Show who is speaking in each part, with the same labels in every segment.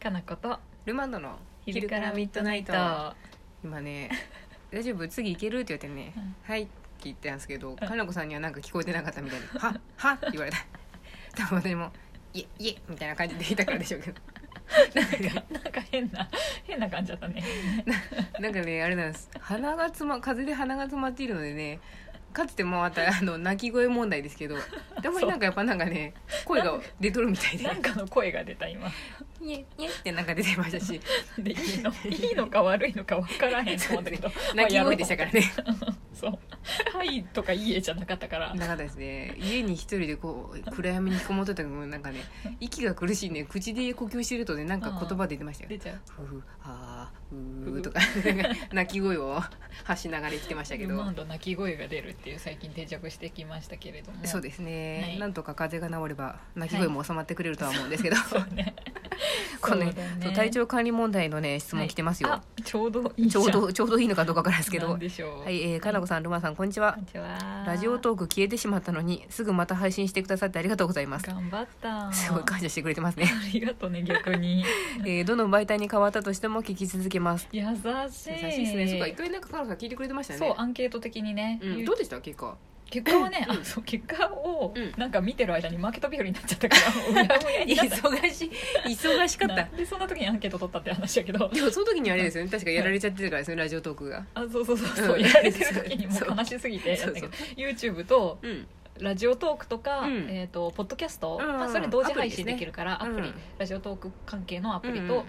Speaker 1: かなこと
Speaker 2: ルマンドの
Speaker 1: 昼からミッドナ イト
Speaker 2: 今ね 大丈夫次行けるって言われてね、
Speaker 1: うん
Speaker 2: はいって言ったんですけど、かなこさんにはなんか聞こえてなかったみたいで「 ははって 言われた多分私も「いえいえ」みたいな感じで言ったからでしょうけどなんかね
Speaker 1: なんか変な変な感じだったね
Speaker 2: なんかねあれなんです鼻がつま風で鼻が詰まっているのでねかつても あったあの泣き声問題ですけどたまになんかやっぱなんかね声が出とるみたいで
Speaker 1: なんかの声が出た 今
Speaker 2: 「いえいえ」ってなんか出てまし たし
Speaker 1: でいいのいいのか悪いのか分からへんと思ったけど
Speaker 2: 泣き声でしたからね
Speaker 1: そう「はい」とか「いいえ」じゃなかったから
Speaker 2: なかったですね家に一人でこう暗闇に引きこもってたけどなんかね息が苦しいね口で呼吸してるとねなんか言葉出てましたよ
Speaker 1: 出ちゃう
Speaker 2: 「ふふあーうー」とかなんか泣き声を 発しながら生きてましたけ
Speaker 1: ルマ
Speaker 2: ど
Speaker 1: ンド泣き声が出るっていう最近定着してきましたけれども
Speaker 2: そうですね、
Speaker 1: はい
Speaker 2: なんとか風邪が治れば泣き声も収まってくれるとは思うんですけ ど、
Speaker 1: そうね
Speaker 2: このね
Speaker 1: そうだね
Speaker 2: そう体調管理問題のね質問来てますよ、
Speaker 1: はいあちょうどいい
Speaker 2: ち
Speaker 1: じゃん
Speaker 2: ょうどちょうどいいのかどうかわからんですけ
Speaker 1: な
Speaker 2: ど
Speaker 1: んでしょう
Speaker 2: はい、えー、かなこさんルマさんこんにちは
Speaker 1: こんにちは
Speaker 2: ラジオトーク消えてしまったのにすぐまた配信してくださってありがとうございます
Speaker 1: 頑張った
Speaker 2: すごい感謝してくれてます ね
Speaker 1: ありがとうね逆に
Speaker 2: えー、どの媒体に変わったとしても聞き続けます。
Speaker 1: 優しい
Speaker 2: 優しいですね。そうか、一回なんか、かのさん聞いてくれてましたよね。
Speaker 1: そうアンケート的にね、
Speaker 2: うん、
Speaker 1: ゆ
Speaker 2: どうでした、結果。
Speaker 1: 結果はね、
Speaker 2: うん
Speaker 1: あそう結果を
Speaker 2: うん
Speaker 1: なんか見てる間にマーケット日和になっちゃったから もううやむやになっ
Speaker 2: 忙しい、忙しか
Speaker 1: た
Speaker 2: った
Speaker 1: な。んでそんな時にアンケート取ったって話だけ ど
Speaker 2: でも、その時にあれですよね、確かやられちゃってたからですね、ラジオトークが。
Speaker 1: あそうそうそうそう、
Speaker 2: うん
Speaker 1: やられてる時にも
Speaker 2: そう
Speaker 1: う悲しすぎてやったけど
Speaker 2: そう
Speaker 1: YouTube と
Speaker 2: うん、
Speaker 1: ラジオトークとか、
Speaker 2: うん
Speaker 1: えー、とポッドキャスト、
Speaker 2: うん
Speaker 1: まあ、それ同時配
Speaker 2: アプリです
Speaker 1: 信
Speaker 2: ね
Speaker 1: できるからアプリ
Speaker 2: うん
Speaker 1: ラジオトーク関係のアプリと、
Speaker 2: うんうん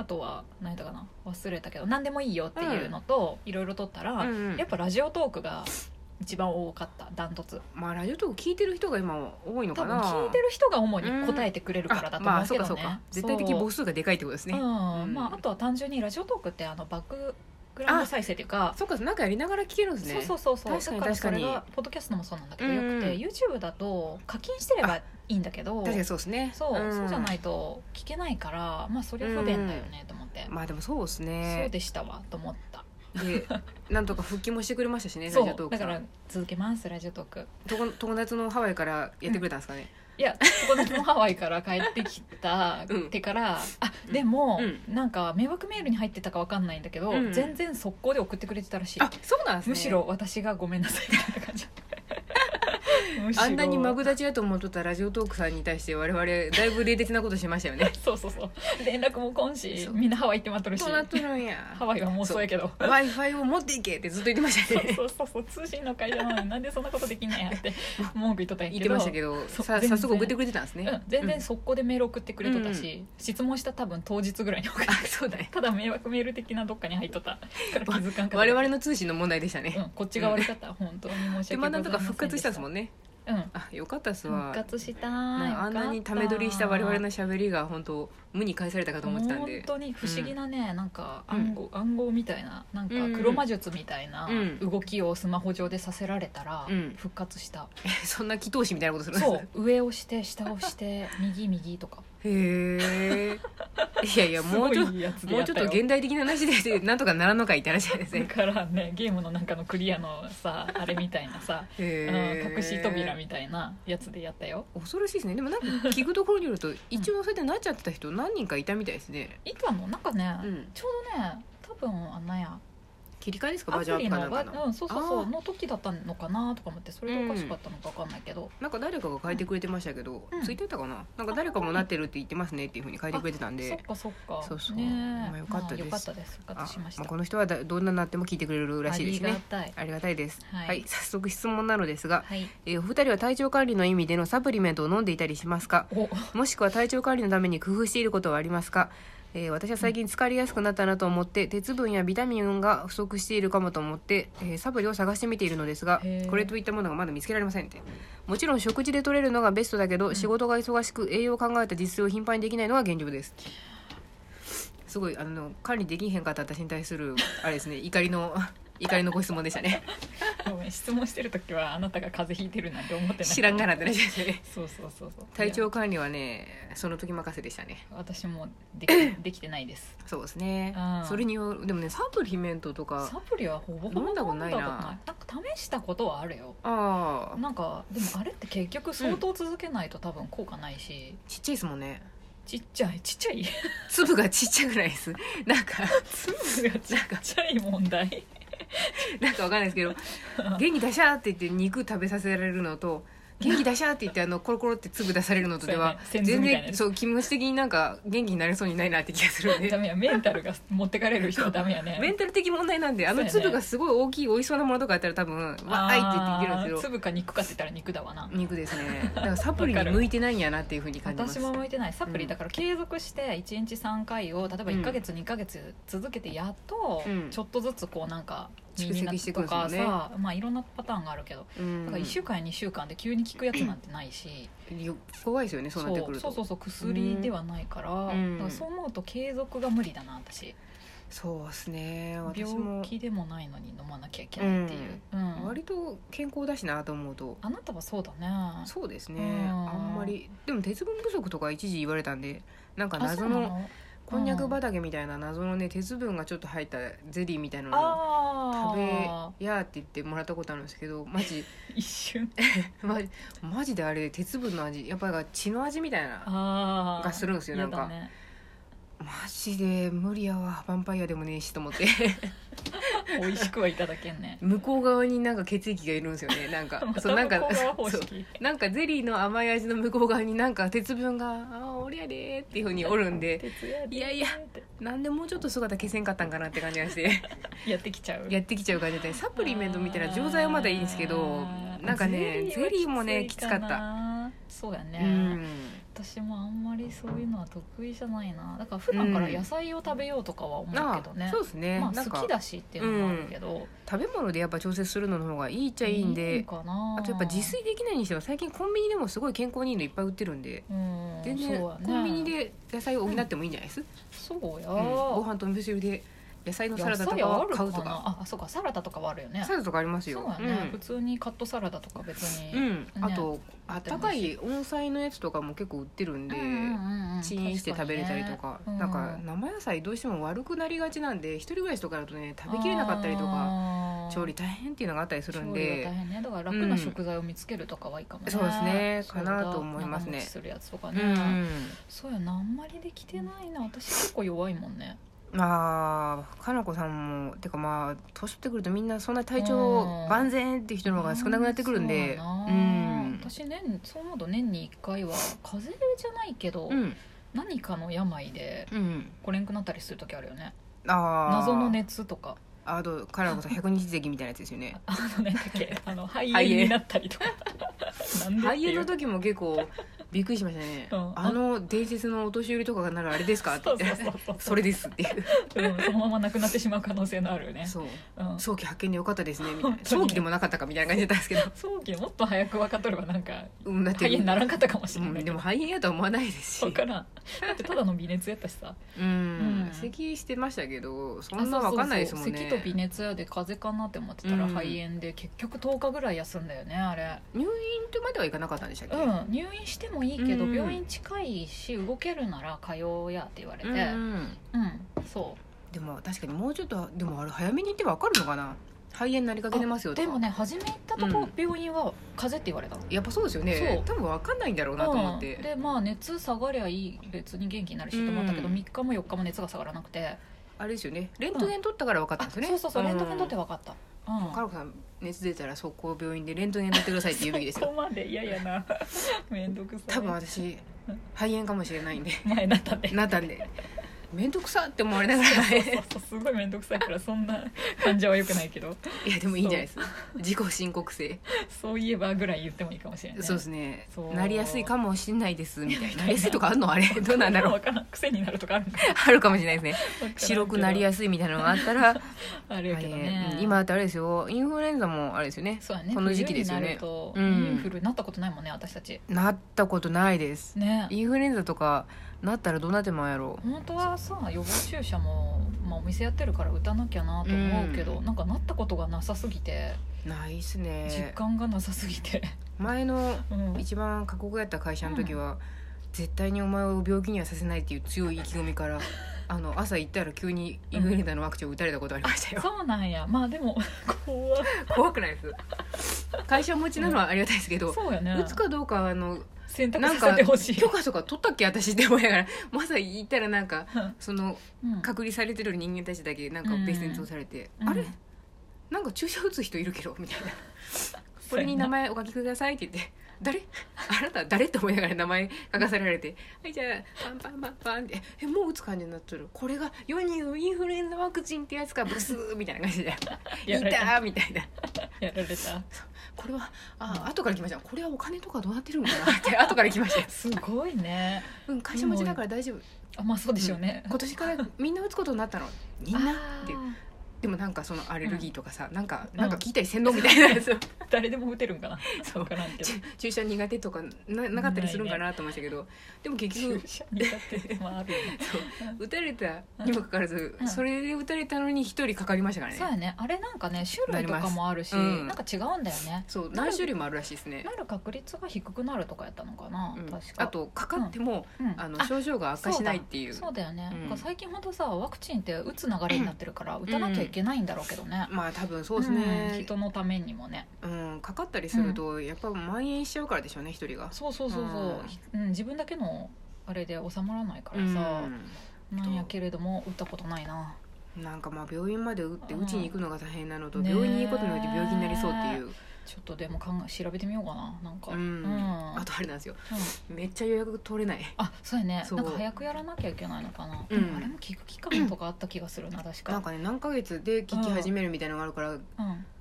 Speaker 1: あとは何だかな忘れたけど何でもいいよっていうのと、いろいろ撮ったら、
Speaker 2: うんうん
Speaker 1: やっぱラジオトークが一番多かったダントツ
Speaker 2: まあ、ラジオトーク聞いてる人が今多いの
Speaker 1: 多
Speaker 2: か
Speaker 1: 分
Speaker 2: な。
Speaker 1: 聞いてる人が主に答えてくれるからだ
Speaker 2: あ
Speaker 1: と
Speaker 2: ま
Speaker 1: 思
Speaker 2: あ、
Speaker 1: う
Speaker 2: そう
Speaker 1: け
Speaker 2: か、
Speaker 1: ど
Speaker 2: そう
Speaker 1: ね、
Speaker 2: か。絶対的母数がでかいってことですね
Speaker 1: う。ん
Speaker 2: うん
Speaker 1: まあ、あとは単純にラジオトークってあのバックグラウンド再生っていうか
Speaker 2: そうか、なんかやりながら聞けるんですね。
Speaker 1: そうそうそうそう
Speaker 2: 確かに
Speaker 1: だから
Speaker 2: 確か
Speaker 1: そ
Speaker 2: に
Speaker 1: れがポッドキャストもそうなんだけど
Speaker 2: うん
Speaker 1: よくて YouTube だと課金してればいいんだけど
Speaker 2: 確かにそうですね。
Speaker 1: そう、
Speaker 2: ん
Speaker 1: そうじゃないと聞けないからまあそりゃ不便だよねと思って、
Speaker 2: まあ、でも、そうです
Speaker 1: そう
Speaker 2: ね。
Speaker 1: でしたわと思った、
Speaker 2: で、なんとか復帰もしてくれましたしね、ラジ
Speaker 1: そ
Speaker 2: オトー
Speaker 1: う
Speaker 2: ク
Speaker 1: だ
Speaker 2: さ
Speaker 1: か
Speaker 2: ん
Speaker 1: ら続けますラジオトーク
Speaker 2: とこ友達のハワイからやってくれたんですかね。
Speaker 1: いや友達もハワイから帰ってきた
Speaker 2: うん
Speaker 1: てから、あでも、
Speaker 2: う
Speaker 1: なんか迷惑メールに入ってたかわかんないんだけど、
Speaker 2: うん
Speaker 1: 全然速攻で送ってくれてたらしい
Speaker 2: あ、そうなんですね。
Speaker 1: むしろ私がごめんなさいみたいな感じむしろ
Speaker 2: あんなにマグダチやと思っとったラジオトークさんに対して我々だいぶ冷徹なことしましたよね
Speaker 1: そうそうそう連絡も来んし
Speaker 2: そう
Speaker 1: みんなハワイ行ってまっとるし
Speaker 2: そう なっとるんや
Speaker 1: ハワイはもうそうやけど
Speaker 2: w i f i を持っていけってずっと言ってまし
Speaker 1: そ
Speaker 2: た
Speaker 1: う
Speaker 2: よね
Speaker 1: そうそうそう通信の会社なのになんでそんなことできんねんやって文句言っとったんや
Speaker 2: 言っ
Speaker 1: け
Speaker 2: て
Speaker 1: ど
Speaker 2: ましたけど
Speaker 1: そう
Speaker 2: さ
Speaker 1: 全
Speaker 2: 早
Speaker 1: 然
Speaker 2: 速送ってくれてたんですね、
Speaker 1: うん、全
Speaker 2: う
Speaker 1: 然
Speaker 2: ん
Speaker 1: 速攻でメール送ってくれとったし、質問した多分当日ぐらいに送って
Speaker 2: あそうだね
Speaker 1: ただ迷惑メール的などっかに入っ とったから気づかんかった
Speaker 2: 我々の通信の問題でしたね、
Speaker 1: うん、こっちが悪かった、本当に申し訳
Speaker 2: で
Speaker 1: ご
Speaker 2: ま
Speaker 1: ざ
Speaker 2: あないんとか復活したんですも
Speaker 1: ん
Speaker 2: んね
Speaker 1: うん
Speaker 2: あよかったっす
Speaker 1: 復
Speaker 2: わ
Speaker 1: 活したい
Speaker 2: なあんなにため撮りした我々の喋りが本当無に返されたかと思ってたん
Speaker 1: 本
Speaker 2: で
Speaker 1: 当に不思議なね、なんか暗号,、暗号みたいななんか黒魔術みたいな
Speaker 2: うん
Speaker 1: 動きをスマホ上でさせられたら
Speaker 2: うん
Speaker 1: 復活した、
Speaker 2: そんな祈祷師みたいなことするんです
Speaker 1: そう上をして下をして 右右とか
Speaker 2: へえいやいやもうちょ
Speaker 1: すごいやつで
Speaker 2: も
Speaker 1: や
Speaker 2: う
Speaker 1: っ
Speaker 2: ちょったと
Speaker 1: よ
Speaker 2: 現代的な話で なんとかならんのかいって話です
Speaker 1: だ
Speaker 2: ね
Speaker 1: からねゲームの中のクリアのさあれみたいなさ、 あの
Speaker 2: へー
Speaker 1: 隠し扉みたいなやつでやったよ
Speaker 2: 恐ろしいですね でもなんか聞くところによると一応それでなっちゃってた人何人かいたみたいですね
Speaker 1: いたのなんかね、
Speaker 2: うん
Speaker 1: ちょうどね多分あんなんや
Speaker 2: 切り替えですか
Speaker 1: ア
Speaker 2: バージョン
Speaker 1: プ
Speaker 2: アッ
Speaker 1: リ
Speaker 2: プかな
Speaker 1: の
Speaker 2: んか
Speaker 1: ば
Speaker 2: の
Speaker 1: うんそうそうそ
Speaker 2: あ
Speaker 1: う
Speaker 2: ー
Speaker 1: の時だったのかなとか思ってそれでおかしかったのか分かんないけど、
Speaker 2: なんか誰かが変えてくれてましたけど、
Speaker 1: うん
Speaker 2: ついてたかななんか誰かもなってるって言ってますねっていうふうに変えてくれてたん
Speaker 1: そっ
Speaker 2: で
Speaker 1: かそっか
Speaker 2: そうそう
Speaker 1: ねえ
Speaker 2: まあよかったです
Speaker 1: まあよかったです復
Speaker 2: あ
Speaker 1: 活しました
Speaker 2: まあこの人はだどんなになっても聞いてくれるらしいです
Speaker 1: あり
Speaker 2: ね
Speaker 1: がたい
Speaker 2: ありがたいですは、
Speaker 1: はいい
Speaker 2: 早速質問なのですが、
Speaker 1: はい
Speaker 2: えーお二人は体調管理の意味でのサプリメントを飲んでいたりしますか
Speaker 1: お
Speaker 2: もしくは体調管理のために工夫していることはありますか、えー私は最近疲れやすくなったなと思って鉄分やビタミンが不足しているかもと思って、えーサプリを探してみているのですが
Speaker 1: へー
Speaker 2: これといったものがまだ見つけられませんってもちろん食事で取れるのがベストだけど、仕事が忙しく栄養を考えた実践を頻繁にできないのが現状ですすごいあの管理できへんかった私に対 するあれですね怒りの怒りのご質問でしたね
Speaker 1: ごめん質問してる時はあなたが風邪ひいてるなんて思ってない
Speaker 2: 知らんがなってなっちゃってね
Speaker 1: そうそうそうそう
Speaker 2: 体
Speaker 1: い
Speaker 2: 調
Speaker 1: や
Speaker 2: 管理はねその時任せでしたね
Speaker 1: 私もで きできてないです
Speaker 2: そうですね
Speaker 1: うん
Speaker 2: それによるでもねサプリメントとか
Speaker 1: サプリはほぼほぼ
Speaker 2: 飲んだことないな
Speaker 1: 飲んだことないなんか試したことはあるよ
Speaker 2: ああ
Speaker 1: なんかでもあれって結局相当続けないと多分効果ないし、
Speaker 2: ちっちゃいですもんね
Speaker 1: ちっちゃいちっちゃい
Speaker 2: 粒がちっちゃくないです なんか
Speaker 1: 粒がちっちゃい問題
Speaker 2: なんかわかんないです けど「元気出しゃ」って言って肉食べさせられるのと「元気出しゃ」って言ってあのコロコロって粒出されるのとでは
Speaker 1: そうや
Speaker 2: 全
Speaker 1: ね先祖みたいなやつ
Speaker 2: 然そう気持ち的になんか元気になれそうにないなって気がするん
Speaker 1: ダ
Speaker 2: で
Speaker 1: メやメンタルが持ってかれる人はダメやね
Speaker 2: メンタル的問題なんであの
Speaker 1: そうや
Speaker 2: 粒
Speaker 1: ね
Speaker 2: がすごい大きいおいしそうなものとかやったら多分「わーい」って言っていけるんですけど
Speaker 1: あー粒か肉かって言ったら肉だわな
Speaker 2: 肉ですねだからサプリに向いてないんやなっていうふうに感じます
Speaker 1: 私も向いてないサプ
Speaker 2: う
Speaker 1: リ
Speaker 2: ん
Speaker 1: だから継続して1日3回を例えば
Speaker 2: うん
Speaker 1: 1ヶ月2ヶ月続けてやっと
Speaker 2: うん
Speaker 1: ちょっとずつこうなんか
Speaker 2: 蓄積していくん
Speaker 1: と
Speaker 2: ですよ
Speaker 1: か
Speaker 2: ね
Speaker 1: さまあいろんなパターンがあるけど
Speaker 2: うん
Speaker 1: だから1週間や2週間で急に効くやつなんてないし
Speaker 2: よ怖いですよねそうなってくると
Speaker 1: そうそうそう薬ではないから
Speaker 2: ん
Speaker 1: だからそう思うと継続が無理だな私
Speaker 2: そうですね私
Speaker 1: 病
Speaker 2: も
Speaker 1: 気でもないのに飲まなきゃいけないっていううん
Speaker 2: 割と健康だしなと思うと
Speaker 1: あなたはそうだね
Speaker 2: そうですね
Speaker 1: うん
Speaker 2: あんまりでも鉄分不足とか一時言われたんでなんか
Speaker 1: あそ
Speaker 2: 謎
Speaker 1: うな
Speaker 2: の
Speaker 1: の
Speaker 2: こんにゃく畑みたいな謎のね鉄分がちょっと入ったゼリーみたいなのを食
Speaker 1: あ
Speaker 2: べやーって言ってもらったことあるんですけどマジ
Speaker 1: あ一瞬
Speaker 2: マジマジであれ鉄分の味やっぱり血の味みたいな
Speaker 1: ああ
Speaker 2: がするんですよなんか
Speaker 1: 嫌だね
Speaker 2: マジで無理やわヴァンパイアでもねえしと思って
Speaker 1: 美味しくはいただけんね
Speaker 2: 向こう側になんか血液がいるんですよねなんか
Speaker 1: ま
Speaker 2: そ
Speaker 1: た
Speaker 2: うなんか
Speaker 1: 向こう側方
Speaker 2: そう
Speaker 1: 式
Speaker 2: なんかゼリーの甘い味の向こう側になんか鉄分が「ああ俺やで」っていうふうにおるんで
Speaker 1: 徹夜で
Speaker 2: いやいや
Speaker 1: って
Speaker 2: なんでもうちょっと姿消せんかったんかなって感じがして
Speaker 1: やってきちゃう
Speaker 2: やってきちゃう感じでサプリメントみたいな錠剤はまだいいんですけど
Speaker 1: あー
Speaker 2: なんかねゼリーもねきつか
Speaker 1: い
Speaker 2: った
Speaker 1: なそうやね、
Speaker 2: うん
Speaker 1: 私もあんまりそういうのは得意じゃないなだから普段から野菜を食べようとかは思う
Speaker 2: あ
Speaker 1: けどね、
Speaker 2: そうですね、
Speaker 1: ま
Speaker 2: な
Speaker 1: あ
Speaker 2: ん
Speaker 1: 好
Speaker 2: か
Speaker 1: きだしっていうのもあるけど、
Speaker 2: 食べ物でやっぱ調節するのの方がいいっちゃいいんで
Speaker 1: いかな
Speaker 2: あとやっぱ自炊できないにしても最近コンビニでもすごい健康にいいのいっぱい売ってるんで
Speaker 1: うん
Speaker 2: 全然
Speaker 1: そうやね
Speaker 2: コンビニで野菜を補ってもいいんじゃないです、
Speaker 1: そうや、
Speaker 2: うんご飯と味噌汁で野菜のサラダと
Speaker 1: 野
Speaker 2: か
Speaker 1: 菜あ
Speaker 2: は
Speaker 1: る
Speaker 2: 買
Speaker 1: か
Speaker 2: う
Speaker 1: な
Speaker 2: とか
Speaker 1: あそうかサラダとかはあるよね
Speaker 2: サラダとかありますよ
Speaker 1: そうやね、普通にカットサラダとか別に、
Speaker 2: うん、うんあ
Speaker 1: ね
Speaker 2: とあったかい温菜のやつとかも結構売ってるんで、チンして食べれたりとか、なんか生野菜どうしても悪くなりがちなんで一人暮らしとかだとね食べきれなかったりとか
Speaker 1: か
Speaker 2: 調理大変っていうのがあったりす
Speaker 1: す
Speaker 2: るん
Speaker 1: 調理
Speaker 2: で
Speaker 1: は大変ねだから楽な食材を見つけるとかはいいかもね、
Speaker 2: うんそうですね
Speaker 1: そうだ
Speaker 2: かなと思いますね
Speaker 1: 長持ちするやつとか
Speaker 2: う
Speaker 1: ね、
Speaker 2: ん、
Speaker 1: そうやなあんまりできてないな私結構弱いもんね
Speaker 2: まあかなこさんもてかまあ年取ってくるとみんなそんな体調
Speaker 1: うん
Speaker 2: 万全って人の方が少なくなってくるんで
Speaker 1: そううやなあ
Speaker 2: ん
Speaker 1: 私年そう思うと年に1回は風邪じゃないけど、
Speaker 2: うん
Speaker 1: 何かの病で
Speaker 2: うん
Speaker 1: 来れんくなったりする時あるよね
Speaker 2: あー
Speaker 1: 謎の熱とか
Speaker 2: あとかなこさん百日咳みたいなやつですよね
Speaker 1: あのねだっけあの肺炎
Speaker 2: 肺炎
Speaker 1: になったりとかなんでって
Speaker 2: 俳
Speaker 1: い
Speaker 2: 優
Speaker 1: う
Speaker 2: の時も結構びっくりしましたね、
Speaker 1: うん
Speaker 2: あの伝説のお年寄りとかがなるあれですかって
Speaker 1: そ
Speaker 2: 言
Speaker 1: う
Speaker 2: って
Speaker 1: そうそうそう
Speaker 2: それですっていう
Speaker 1: うんそのままなくなってしまう可能性のあるよね
Speaker 2: そう
Speaker 1: うん
Speaker 2: 早期発見でよかったですねみたいな
Speaker 1: 本当に
Speaker 2: 早期でもなかったかみたいな感じだった んですけど
Speaker 1: 早期もっと早く分かっとればなんか
Speaker 2: うんだって
Speaker 1: 肺炎ならんかったかもし
Speaker 2: う
Speaker 1: れない
Speaker 2: ん、でも肺炎やとは思わないですし
Speaker 1: 分からんだってただの微熱やったしさ
Speaker 2: う
Speaker 1: う
Speaker 2: ん、
Speaker 1: ん
Speaker 2: 咳してましたけどそ
Speaker 1: あ
Speaker 2: んなわかんないですもんね
Speaker 1: そうそうそう咳と微熱やで風邪かなって思ってたら
Speaker 2: うん
Speaker 1: 肺炎で結局10日ぐらい休んだよねあれ
Speaker 2: 入院とまではいかなかったんでしたっけ、
Speaker 1: うん入院してもいいけど
Speaker 2: うん
Speaker 1: 病院近いし動けるなら通うやって言われて
Speaker 2: うん
Speaker 1: うんそう
Speaker 2: でも確かにもうちょっとでもあれ早めに行ってわかるのかな肺炎になりかけてますよと
Speaker 1: で
Speaker 2: か
Speaker 1: もね初め行ったと
Speaker 2: う
Speaker 1: こ
Speaker 2: ん
Speaker 1: 病院は風邪って言われたの
Speaker 2: やっぱそうですよね
Speaker 1: そ
Speaker 2: 多分わかんないんだろうなと思って、
Speaker 1: うんでまあ熱下がりゃいい別に元気になるしと思ったけど、
Speaker 2: うん
Speaker 1: 3日も4日も熱が下がらなくて
Speaker 2: あれですよねレントゲン取ったから分かったんですよね、
Speaker 1: そうそうそうレントゲン取って
Speaker 2: は
Speaker 1: 分かった、うん
Speaker 2: カロコさん熱出たら速攻病院でレントゲン取ってくださいって言うべ きですよ
Speaker 1: こまで嫌やなめんどくさい
Speaker 2: 多分私肺炎かもしれないんで
Speaker 1: 前なったね
Speaker 2: なったんで面倒くさって思われながらい
Speaker 1: そうそうすごいめんどくさいからそんな感情はよくないけど
Speaker 2: や でもいいんじゃないですか自己申告制
Speaker 1: そういえばぐらい言ってもいいかもしれない、
Speaker 2: そうですね
Speaker 1: そう
Speaker 2: なりやすいかもしれないですみたいななりやすいとかあるのあれどうなんだろう
Speaker 1: 分からん癖になるとかあるんか
Speaker 2: あるかもしれないですね白くなり
Speaker 1: 合
Speaker 2: やすいみたいなのがあったら、
Speaker 1: あれやけど
Speaker 2: あ
Speaker 1: ね
Speaker 2: れ今だってあれですよインフルエンザもあれですよね
Speaker 1: そうやね
Speaker 2: この時期ですよ
Speaker 1: 冬に
Speaker 2: ね
Speaker 1: なると
Speaker 2: うん
Speaker 1: インフルなったことないもんね私たち
Speaker 2: なったことないです
Speaker 1: ね
Speaker 2: インフルエンザとかなったらどうなってまうやろ
Speaker 1: 本当はさ予防注射も、まあ、お店やってるから打たなきゃなと思うけど、
Speaker 2: う
Speaker 1: なんかなったことがなさすぎて、
Speaker 2: ないっす
Speaker 1: 実
Speaker 2: ね
Speaker 1: 感がなさすぎて、
Speaker 2: 前の
Speaker 1: うん、
Speaker 2: 一番過酷やった会社の時は、絶対にお前を病気にはさせないっていう強い意気込み からあの朝行ったら急にインフルエンザのワクチンを打たれたことありましたよ、
Speaker 1: そうなんやまあでも怖い
Speaker 2: 怖くないです会社持ちなのはありがたいですけど
Speaker 1: そうやね
Speaker 2: 打つかどうかあの
Speaker 1: 選択
Speaker 2: な
Speaker 1: さ
Speaker 2: ん
Speaker 1: せ
Speaker 2: か
Speaker 1: てほしい
Speaker 2: 許可とか取ったっけ私って思いながらまさに言ったらなんかその
Speaker 1: うん
Speaker 2: 隔離されてる人間たちだけなんか別に通されて、
Speaker 1: うん
Speaker 2: あれ
Speaker 1: うん
Speaker 2: なんか注射打つ人いるけどみたいな「こ
Speaker 1: そうやな
Speaker 2: れに名前お書きください」って言って「誰あなた誰?」って思いながら名前書かされて「はいじゃあパンパンパンパン」って「えもう打つ感じになっとるこれが世に言うインフルエンザワクチンってやつかブスー」みたいな感じで「い
Speaker 1: や
Speaker 2: た
Speaker 1: られた
Speaker 2: ー」みたいな
Speaker 1: やられた
Speaker 2: 「これはあ後から来ましたこれはお金とかどうなってるんかな」 って後から来ました
Speaker 1: すごいね
Speaker 2: 「うん会社持ちだから大丈夫
Speaker 1: あまあそうでしょうね、
Speaker 2: 今年からみんな打つことになったのみんな」って
Speaker 1: あ
Speaker 2: でもなんかそのアレルギーとかさ、なんか
Speaker 1: うん
Speaker 2: なんか聞いたりせんのみたいなや つ、
Speaker 1: ー誰でも打てるんかな
Speaker 2: そう
Speaker 1: わからんけど
Speaker 2: 注注射苦手とかななかったりするんかなと思ったけど、でも結
Speaker 1: 注
Speaker 2: 局
Speaker 1: 射にだってまああるよね
Speaker 2: そう
Speaker 1: うん
Speaker 2: 打たれたにもかかわらず、
Speaker 1: うん
Speaker 2: それで打たれたのに一人かかりましたから
Speaker 1: そう
Speaker 2: ね
Speaker 1: やねあれなんかね種類とかもあるし
Speaker 2: な
Speaker 1: な,、
Speaker 2: りますうん
Speaker 1: んか違うんだよね
Speaker 2: そう何種類もあるらしいですね、
Speaker 1: なる確率が低くなるとかやったのかな、
Speaker 2: うん
Speaker 1: 確か
Speaker 2: あ、とかかっても、
Speaker 1: うん
Speaker 2: あの症状が悪化しないっていう
Speaker 1: そうだよね、
Speaker 2: うん
Speaker 1: なんか最近ほんとさワクチンって打つ流れになってるから打たなきゃいけないんだろうけどね、
Speaker 2: まあ多分そうですね、
Speaker 1: うん人のためにもね
Speaker 2: うん、かかったりするとやっぱ蔓延しちゃうからでしょうね一人が。
Speaker 1: そうそうそうそう、うん、自分だけのあれで収まらないからさ、なんやけれども打ったことないな
Speaker 2: うんなんかまあ病院まで打って
Speaker 1: うん
Speaker 2: 打ちに行くのが大変なのと、
Speaker 1: ねえ
Speaker 2: 病院に行くことによって病気になりそうっていう、
Speaker 1: ちょっとでも考え調べてみようかななんか
Speaker 2: うん
Speaker 1: うん
Speaker 2: あとあれなんですよ
Speaker 1: うん
Speaker 2: めっちゃ予約取れない
Speaker 1: あそうやね
Speaker 2: そう
Speaker 1: なんか早くやらなきゃいけないのかな、
Speaker 2: うん
Speaker 1: でもあれも聞く期間とかあった気がするな確か
Speaker 2: なんかね何ヶ月で聞き始めるみたいなのがあるから、
Speaker 1: うん、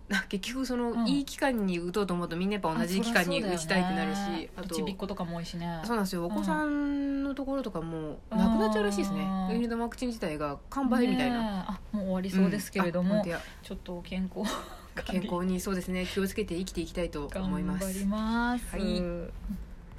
Speaker 2: な結局その、
Speaker 1: うん
Speaker 2: いい期間に打とうと思うとみんなやっぱ同じ期間に打ちたいくなるし
Speaker 1: あ
Speaker 2: あ
Speaker 1: と
Speaker 2: と
Speaker 1: ちびっことかも多いしね
Speaker 2: そうなんですよお子さんのところとかもうなくなっちゃうらしいですね
Speaker 1: あー
Speaker 2: ウイルドワクチン自体が完売みたいな、
Speaker 1: ねえあもう終わりそうですけれども、
Speaker 2: うんあ本当や
Speaker 1: ちょっと健康管理
Speaker 2: 健康にそうですね気をつけて生きていきたいと思い
Speaker 1: 頑
Speaker 2: ま
Speaker 1: 張
Speaker 2: す
Speaker 1: ります
Speaker 2: はい